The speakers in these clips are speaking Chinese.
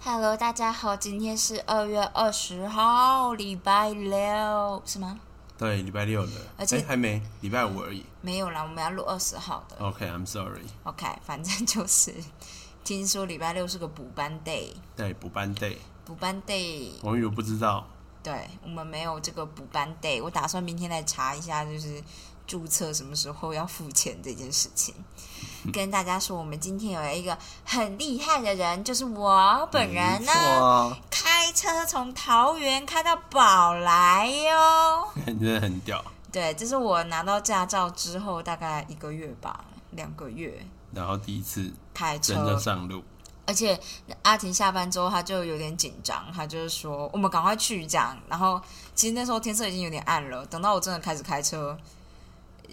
Hello，大家好，今天是二月二十号，礼拜六是吗？对，礼拜六了，而且诶还没，礼拜五而已。没有啦，我们要录二十号的。 OK，I'm、sorry， OK，反正就是听说礼拜六是个补班 day，对，补班 day，补班 day，王宇不知道，对我们没有这个补班 day，我打算明天来查一下，就是注册什么时候要付钱这件事情。跟大家说，我们今天有一个很厉害的人，就是我本人没呢、错啊，开车从桃园开到宝来哟。你真的很屌，对，这是我拿到驾照之后大概一个月吧，两个月然后第一次开真的车，上路，而且阿婷下班之后她就有点紧张，她就是说我们赶快去这样。然后其实那时候天色已经有点暗了，等到我真的开始开车，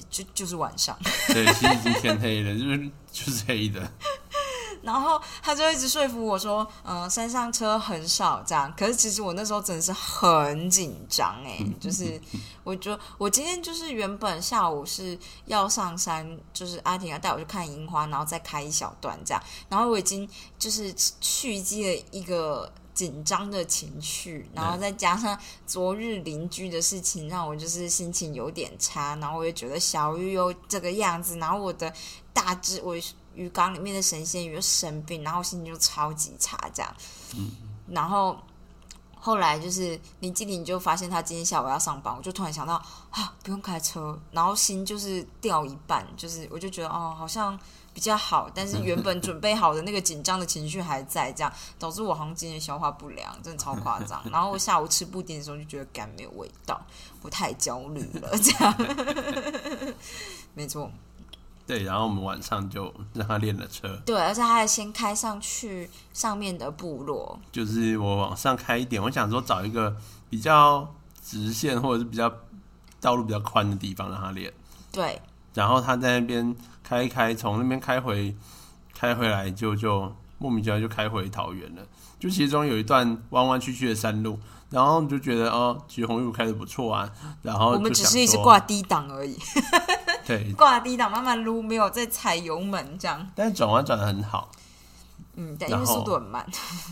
就就是晚上。对，其实已经天黑了， 就是就是黑的，然后他就一直说服我说，嗯、山上车很少这样。可是其实我那时候真的是很紧张哎、就是我就我今天就是原本下午是要上山，就是阿婷要带我去看樱花，然后再开一小段这样。然后我已经就是蓄积了一个。紧张的情绪，然后再加上昨日邻居的事情，让我就是心情有点差，然后我也觉得小玉又这个样子，然后我的大只我鱼缸里面的神仙鱼就生病，然后心情就超级差这样。然后后来就是林继林就发现他今天下午要上班，我就突然想到啊，不用开车，然后心就是掉一半，就是我就觉得哦，好像比较好，但是原本准备好的那个紧张的情绪还在，这样导致我好像今天消化不良，真的超夸张。然后我下午吃布丁的时候就觉得肝没有味道，我太焦虑了，这样。 没错。对，然后我们晚上就让他练了车，对，而且他还先开上去上面的部落，就是我往上开一点，我想说找一个比较直线或者是比较道路比较宽的地方让他练，对然后他在那边开一开，从那边开回开回来就就莫名其妙就开回桃园了。就其中有一段弯弯曲曲的山路，然后你就觉得哦，橘红路开的不错啊，然后我们就只想是一直说挂低档而已， 对，挂低档慢慢撸，没有在踩油门这样。但是转弯转的很好，嗯，对，因然为后速度很慢。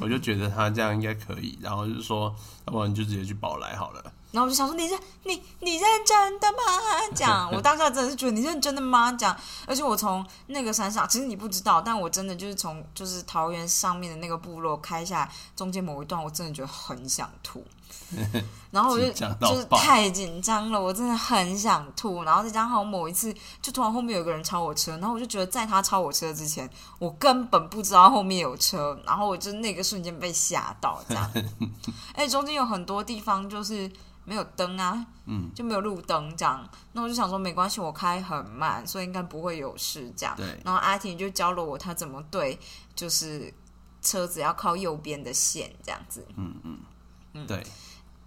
我就觉得他这样应该可以，然后就说，要不然你就直接去宝来好了。然后我就想说，你认你你认真的吗？这样，我当下真的是觉得你认真的吗？这样，而且我从那个山上，其实你不知道，但我真的就是从就是桃园上面的那个部落开下来，中间某一段我真的觉得很想 吐，然后我就紧张到就是爆太紧张了，我真的很想吐。然后再加上我某一次，就突然后面有个人超我车，然后我就觉得在他超我车之前，我根本不知道后面有车，然后我就那个瞬间被吓到这样。哎，中间有很多地方就是没有灯啊，嗯，就没有路灯这样。那我就想说没关系，我开很慢，所以应该不会有事这样。对，然后阿婷就教了我她怎么对，就是车子要靠右边的线这样子，嗯嗯，对，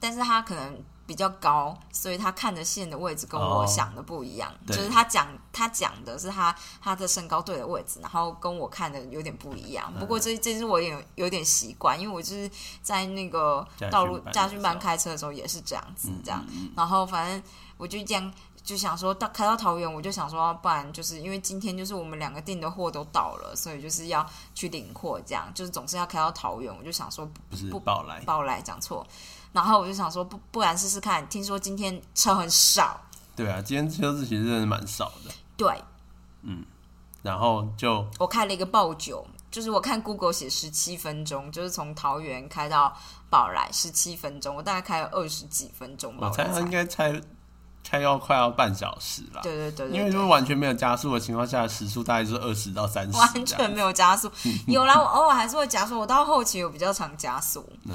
但是她可能。比较高，所以她看的线的位置跟我哦想的不一样，就对是她讲她讲的是她她的身高对的位置，然后跟我看的有点不一样。不过这这是我有有点习惯，因为我就是在那个驾道路驾训训班的时候，嗯开车的时候也是这样子，这样。然后反正我就这样就想说，到开到桃园，我就想说，不然就是因为今天就是我们两个订的货都到了，所以就是要去领货，这样就是总是要开到桃园，我就想说不是不宝来，报来讲错。然后我就想说不，不然试试看。听说今天车很少，对啊，今天车子其实真的蛮少的，对然后就我开了一个爆九，就是我看 Google 写十七分钟，就是从桃园开到宝来十七分钟，我大概开了二十几分钟吧。我猜我他在应该猜猜要快要半小时啦，对对对对对，因为如果完全没有加速的情况下，时速大概就是二十到三十，完全没有加 速。有啦，我偶尔还是会加速，我到后期有比较常加速。嗯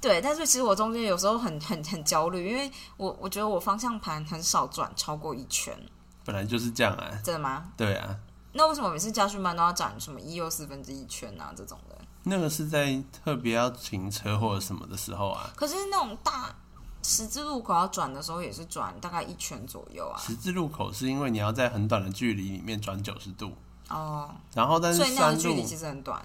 对，但是其实我中间有时候很很很焦虑，因为我我觉得我方向盘很少转超过一圈，本来就是这样啊，真的吗？对啊，那为什么每次加速慢都要转什么一又四分之一圈啊这种的？那个是在特别要停车或者什么的时候啊，可是那种大十字路口要转的时候也是转大概一圈左右啊。十字路口是因为你要在很短的距离里面转九十度，哦，然后但是所以那山个距离哦路其实很短。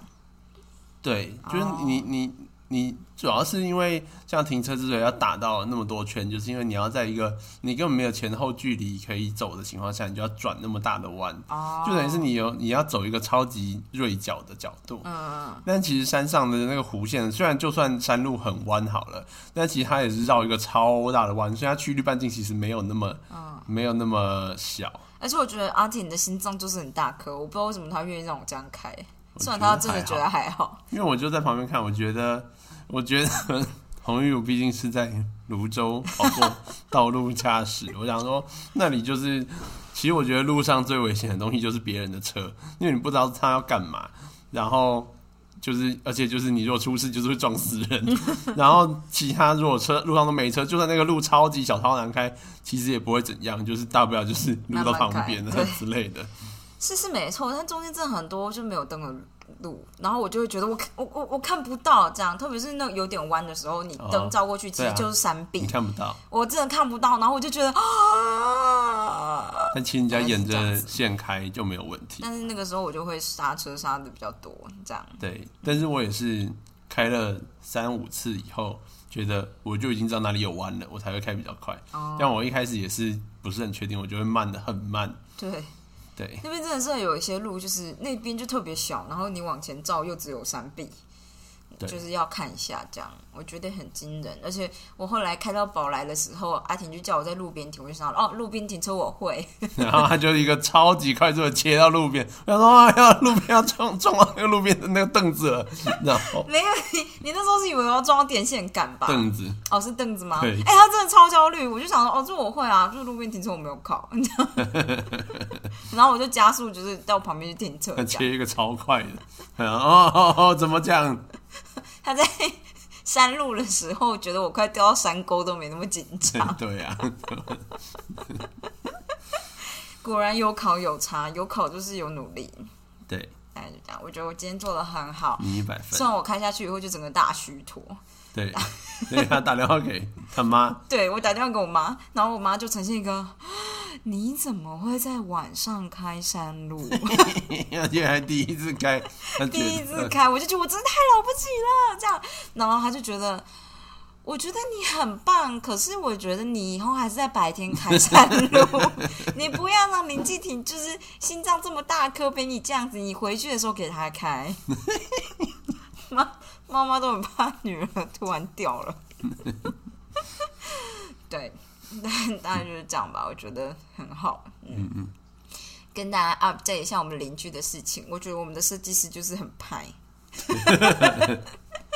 对，就是你你你主要是因为像停车之所以要打到那么多圈，就是因为你要在一个你根本没有前后距离可以走的情况下，你就要转那么大的弯，哦，就等于是你有你要走一个超级锐角的角度。嗯，但其实山上的那个弧线，虽然就算山路很弯好了，但其实它也是绕一个超大的弯，所以它曲率半径其实没有那么、嗯没有那么小。而且我觉得阿婷的心脏就是很大颗，我不知道为什么她愿意让我这样开，我虽然觉得她真的觉得还好，因为我就在旁边看，我觉得， 我觉得 洪玉武毕竟是在泸州跑过道路驾驶， 我想说那里就是，其实我觉得路上最危险的东西就是别人的车，因为你不知道他要干嘛，然后。就是，而且就是，你如果出事，就是会撞死人。 然后其他如果车路上都没车，就算那个路超级小、超难开，其实也不会怎样，就是大不了就是路慢到慢旁开边对的之类的。是是没错，但中间真的很多就没有灯的路，然后我就会觉得我我我我看不到这样，特别是那有点弯的时候，你灯哦照过去其对实啊就是山壁，你看不到，我真的看不到，然后我就觉得啊，但其实你只要沿原来是着这样子线开就没有问题。但是那个时候我就会刹车刹的比较多，这样对，但是我也是开了三五次以后，觉得我就已经知道哪里有弯了，我才会开比较快。哦，但我一开始也是不是很确定，我就会慢的很慢。对。对，那边真的是有一些路，就是那边就特别小，然后你往前照又只有山壁，对就是要看一下这样，我觉得很惊人。而且我后来开到宝来的时候，阿婷就叫我在路边停，我就想哦，路边停车我会，然后他就一个超级快速的切到路边，然后哎呀，路边要撞撞到那个路边的那个凳子了，然后没有你，你那时候是以为我要撞到电线杆吧？凳子，哦，是凳子吗？哎、对他真的超焦虑，我就想说，哦，这我会啊，就是路边停车我没有考，你知道吗 然后我就加速，就是到旁边去停车他这样。切一个超快的，然后哦哦哦，怎么讲？他在 山路的时候，觉得我快掉到山沟都没那么紧张。对啊呀、果然有考有差，有考就是有努力，对大概就这样。我觉得我今天做的很好，你一百虽嗯分，然我开下去以后就整个大虚脱。对，所以他打电话给他妈， 对我打电话给我妈，然后我妈就呈现一个， 啊你怎么会在晚上开山路？而且还第一次开，他觉第一得嗯次开，我就觉得我真的太了不起了，这样。然后她就觉得，我觉得你很棒，可是我觉得你以后还是在白天开山 路，你不要让林继廷就是心脏这么大颗被你这样子，你回去的时候给他 开。妈妈妈都很怕女儿突然掉 了。对，但大概就是这样吧，我觉得很好。嗯嗯。跟大家 update 一下我们邻居的事情，我觉得我们的设计师就是很派。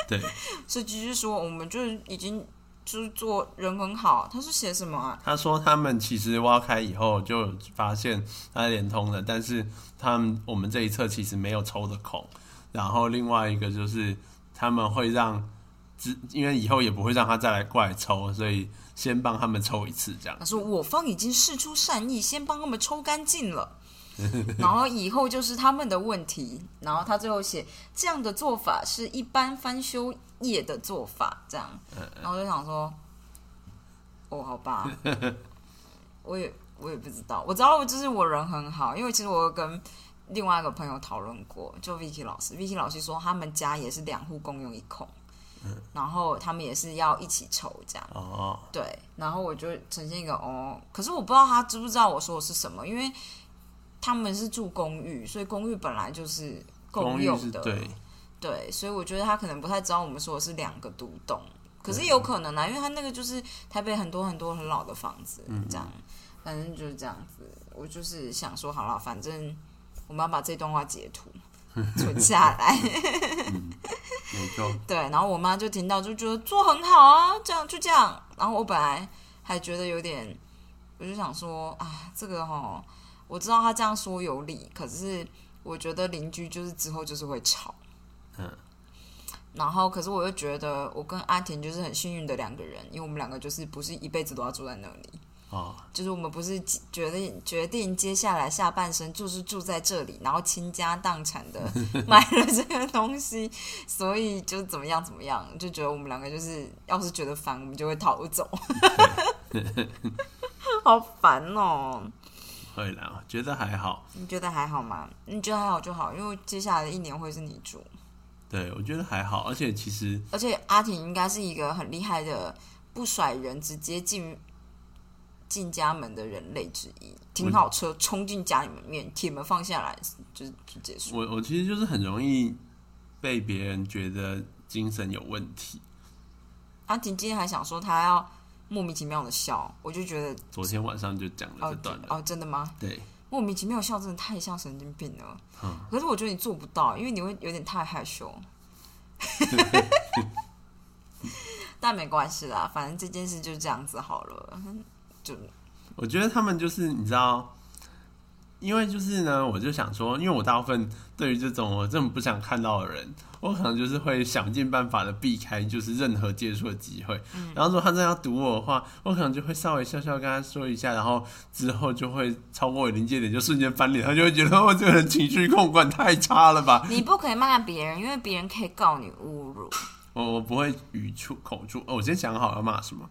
对， 设计师说我们就是已经就是做人很好，他是写什么啊？他说他们其实挖开以后就有发现它连通了，但是他们我们这一侧其实没有抽的孔。然后另外一个就是他们会让，只因为以后也不会让他再来过来抽，所以先帮他们抽一次这样。他说我方已经试出善意，先帮他们抽干净了。 然后以后就是他们的问题。然后他最后写这样的做法是一般翻修业的做法，这样。然后我就想说，哦，好吧，我也我也不知道，我知道我就是我人很好，因为其实我有跟另外一个朋友讨论过，就 Vicky 老师，Vicky 老师说他们家也是两户共用一孔，然后他们也是要一起抽这样。哦，对，然后我就呈现一个哦，可是我不知道他知不知道我说的是什么，因为他们是住公寓，所以公寓本来就是公共寓用是的，对，对所以我觉得他可能不太知道我们说的是两个独栋，可是有可能啊，因为他那个就是台北很多很多很老的房子，嗯这样，反正就是这样子。我就是想说，好了，反正我们要把这段话截图存下来，没错，对，然后我妈就听到就觉得做很好啊，这样就这样。然后我本来还觉得有点，我就想说啊，这个哈，我知道她这样说有理，可是我觉得邻居就是之后就是会吵，嗯。然后，可是我又觉得我跟阿田就是很幸运的两个人，因为我们两个就是不是一辈子都要住在那里，哦，就是我们不是决定决定接下来下半生就是住在这里，然后倾家荡产的买了这个东西，所以就怎么样怎么样，就觉得我们两个就是要是觉得烦，我们就会逃走，好烦哦。会啦，我觉得还好。你觉得还好吗？你觉得还好就好，因为接下来的一年会是你住，对，我觉得还好，而且其实而且阿婷应该是一个很厉害的不甩人，直接进进家门的人类之一。停好车，冲进家里面面，铁门放下来，就就结束。我我其实就是很容易被别人觉得精神有问题。阿婷今天还想说她要莫名其妙的笑，我就觉得昨天晚上就讲了哦这段了，哦，真的吗？对，莫名其妙的笑真的太像神经病了。嗯可是我觉得你做不到，因为你会有点太害 羞。但没关系啦，反正这件事就这样子好了。就我觉得他们就是你知道，因为就是呢，我就想说，因为我大部分对于这种我这么不想看到的人，我可能就是会想尽办法的避开，就是任何接触的机会。嗯然后如果他真的要堵我的话，我可能就会稍微笑笑跟他说一下，然后之后就会超过我临界点就瞬间翻脸，他就会觉得哦我这个人情绪控管太差了 吧。你不可以骂别人，因为别人可以告你侮辱，我我不会语出口出，哦，我先想好要骂什么。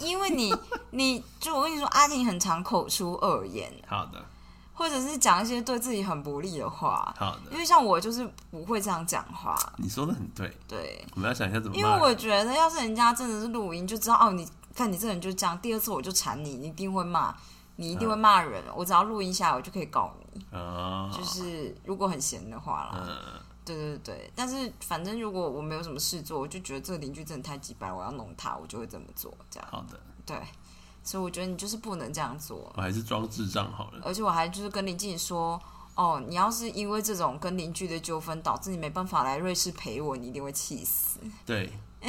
因为 你你就我跟你说，阿婷很常口出恶言，好的，或者是讲一些对自己很不利的话。好的，因为像我就是不会这样讲话，你说的很对，对，我们要想一下怎么因骂为人。我觉得要是人家真的是录音，就知道哦，你看你这人就这样，第二次我就缠你，你一定会骂，你一定会嗯骂人，我只要录音下来，我就可以告你，啊，就是如果很闲的话啦。嗯。对对对，但是反正如果我没有什么事做，我就觉得这个邻居真的太鸡掰，我要弄他，我就会这么做，这样好的，对。所以我觉得你就是不能这样做，哦我还是装智障好了。而且我还就是跟林静说，哦，你要是因为这种跟邻居的纠纷导致你没办法来瑞士陪我，你一定会气死。对，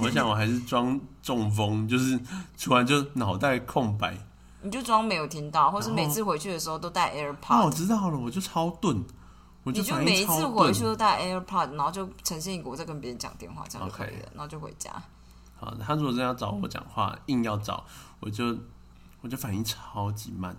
我想我还是装中风，就是突然就脑袋空白。你就装没有听到，或是然后每次回去的时候都带嗯哦，我 AirPod，、知道了，我就超钝，我你就反每应一次超回钝去。都带 AirPod，然后就呈现一个我在跟别人讲电话，这样就可以了然后就回家。好，他如果真的要找我讲话，硬要找，我就我就反应超级慢，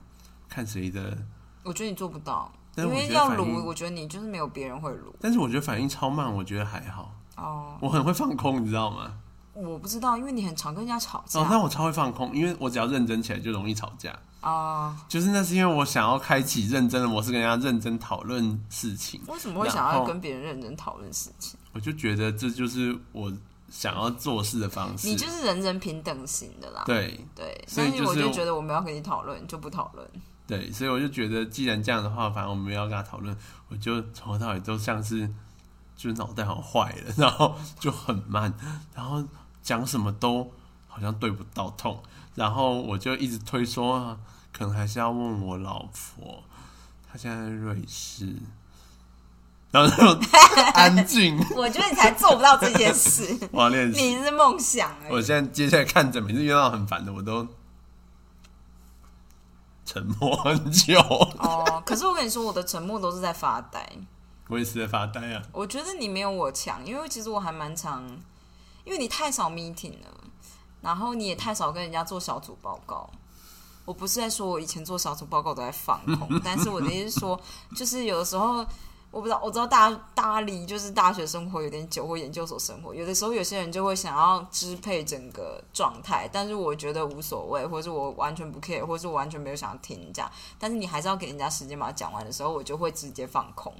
看谁的。我觉得你做不到，但因是我为觉得要反撸，应，我觉得你就是没有别人会撸但是我觉得反应超慢，我觉得还好。哦。我很会放空，你知道吗？我不知道，因为你很常跟人家吵架哦，但我超会放空，因为我只要认真起来就容易吵架。哦就是那是因为我想要开启认真的模式，跟人家认真讨论事情。为什么会想然要后跟别人认真讨论事情？我就觉得这就是我想要做事的方式。你就是人人平等型的啦。对对，所以但是就是我就我觉得我们要跟你讨论，就不讨论。对，所以我就觉得，既然这样的话，反正我们要跟他讨论，我就从头到尾都像是就是脑袋好像坏了，然后就很慢，然后讲什么都好像对不到痛，然后我就一直推说啊，可能还是要问我老婆，她现在在瑞士， 然后就安静， 我觉得你才做不到这件事，我要练习。你是梦想而已。我现在接下来看着每次遇到很烦的，我都沉默很久。 哦，可是我跟你说，我的沉默都是在发呆。我也是在发呆啊，我觉得你没有我强，因为其实我还蛮常，因为你太少 meeting 了，然后你也太少跟人家做小组报告。我不是在说我以前做小组报告都在放空，但是我的意思是说，就是有的时候我不知道，我知道大家大家离就是大学生活有点久，或研究所生活，有的时候有些人就会想要支配整个状态，但是我觉得无所谓，或者我完全不 care，或者我完全没有想要听这样，但是你还是要给人家时间把它讲完的时候，我就会直接放空。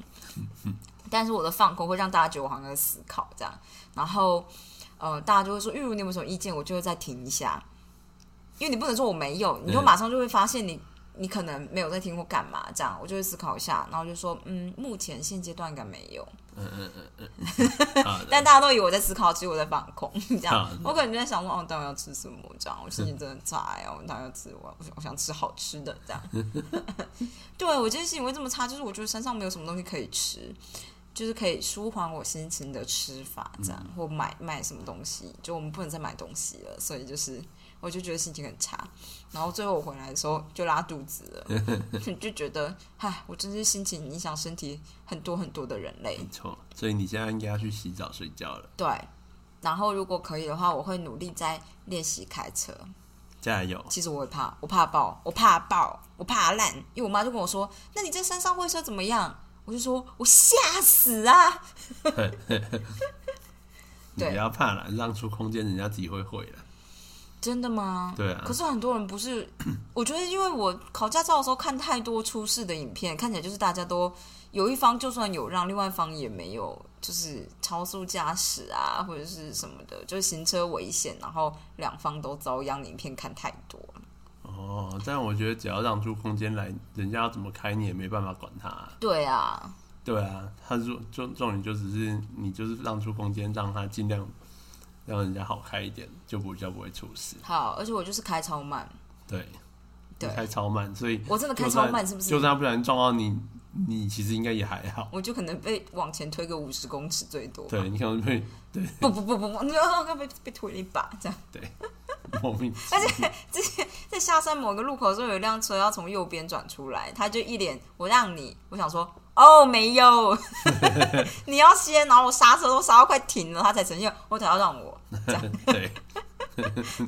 但是我的放空会让大家觉得我好像在思考这样，然后呃，大家就会说玉如你有没有什么意见？我就会再停一下，因为你不能说我没有，你就嗯马上就会发现你你可能没有在听或干嘛这样，我就会思考一下，然后就说嗯，目前现阶段应该没有，好的但大家都以为我在思考，其实我在放空这样好，我可能就在想说哦，待会要吃什么这样，我心情真的很差呀，我待会要吃我我想我想吃好吃的这样， 对我今天心情会这么差，就是我觉得山上没有什么东西可以吃。就是可以舒缓我心情的吃法，这样、或买买什么东西，就我们不能再买东西了，所以就是我就觉得心情很差，然后最后我回来的时候就拉肚子了，就觉得唉，我真是心情影响身体很多很多的人类，没错。所以你现在应该要去洗澡睡觉了，对。然后如果可以的话，我会努力再练习开车。加油！其实我会怕，我怕爆，我怕爆，我怕烂，因为我妈就跟我说：“那你在山上会车怎么样？”我就说：“我吓死啊你不要怕了，让出空间，人家自己会会了。！”真的吗？对啊可，是很多人不 是，我觉得因为我考驾照的时候看太多出事的影片，看起来就是大家都有一方就算有让，另外一方也没有就是超速驾驶啊，或者是什么的，就是行车危险，然后两方都遭殃。影片看太多了，哦，但我觉得只要让出空间来，人家要怎么开你也没办法管他、啊。对啊，对啊，他就重重点就只是你就是让出空间，让他尽量让人家好开一点，就比较不会出事。好，而且我就是开超慢，对，对就开超慢，所以我真的开就算超慢是不是就算他不然撞到你，你其实应该也还好。我就可能被往前推个五十公尺最多。对你可能会不不不不不，你要被被推了一把这样。莫名其而且之前在下山某个路口的时候，有一辆车要从右边转出来，他就一脸我让你，我想说哦没有， 你要先，然后我刹车都刹到快停了，他才承认我才要让我，妙，对，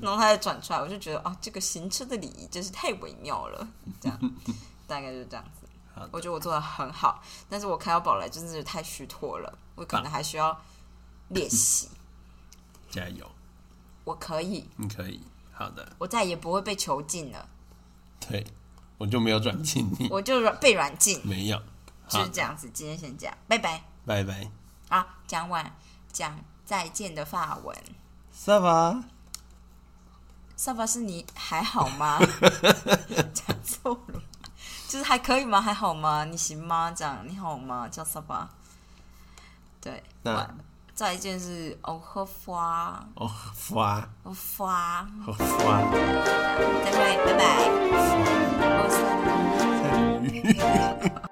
然后他才转出来，我就觉得啊这个行车的礼仪真是太微妙 了，这样大概就是这样子好的。我觉得我做的很好，但是我开到宝来真的是太虚脱了，我可能还需要练习。加油，我可以，你可以，好的，我再也不会被囚禁了，对，我就没有转进你，我就软被软禁。没有，就嗯好是，这样子，今天先这样，拜拜。拜拜，好，讲完讲再见的法文，萨瓦，萨巴是你还好吗？讲错了，就是还可以吗？还好吗？你行吗？这样你好吗？叫萨巴。对，那晚再见是哦呵花哦，花，哦花，哦花，再会，拜拜，哦三。下雨。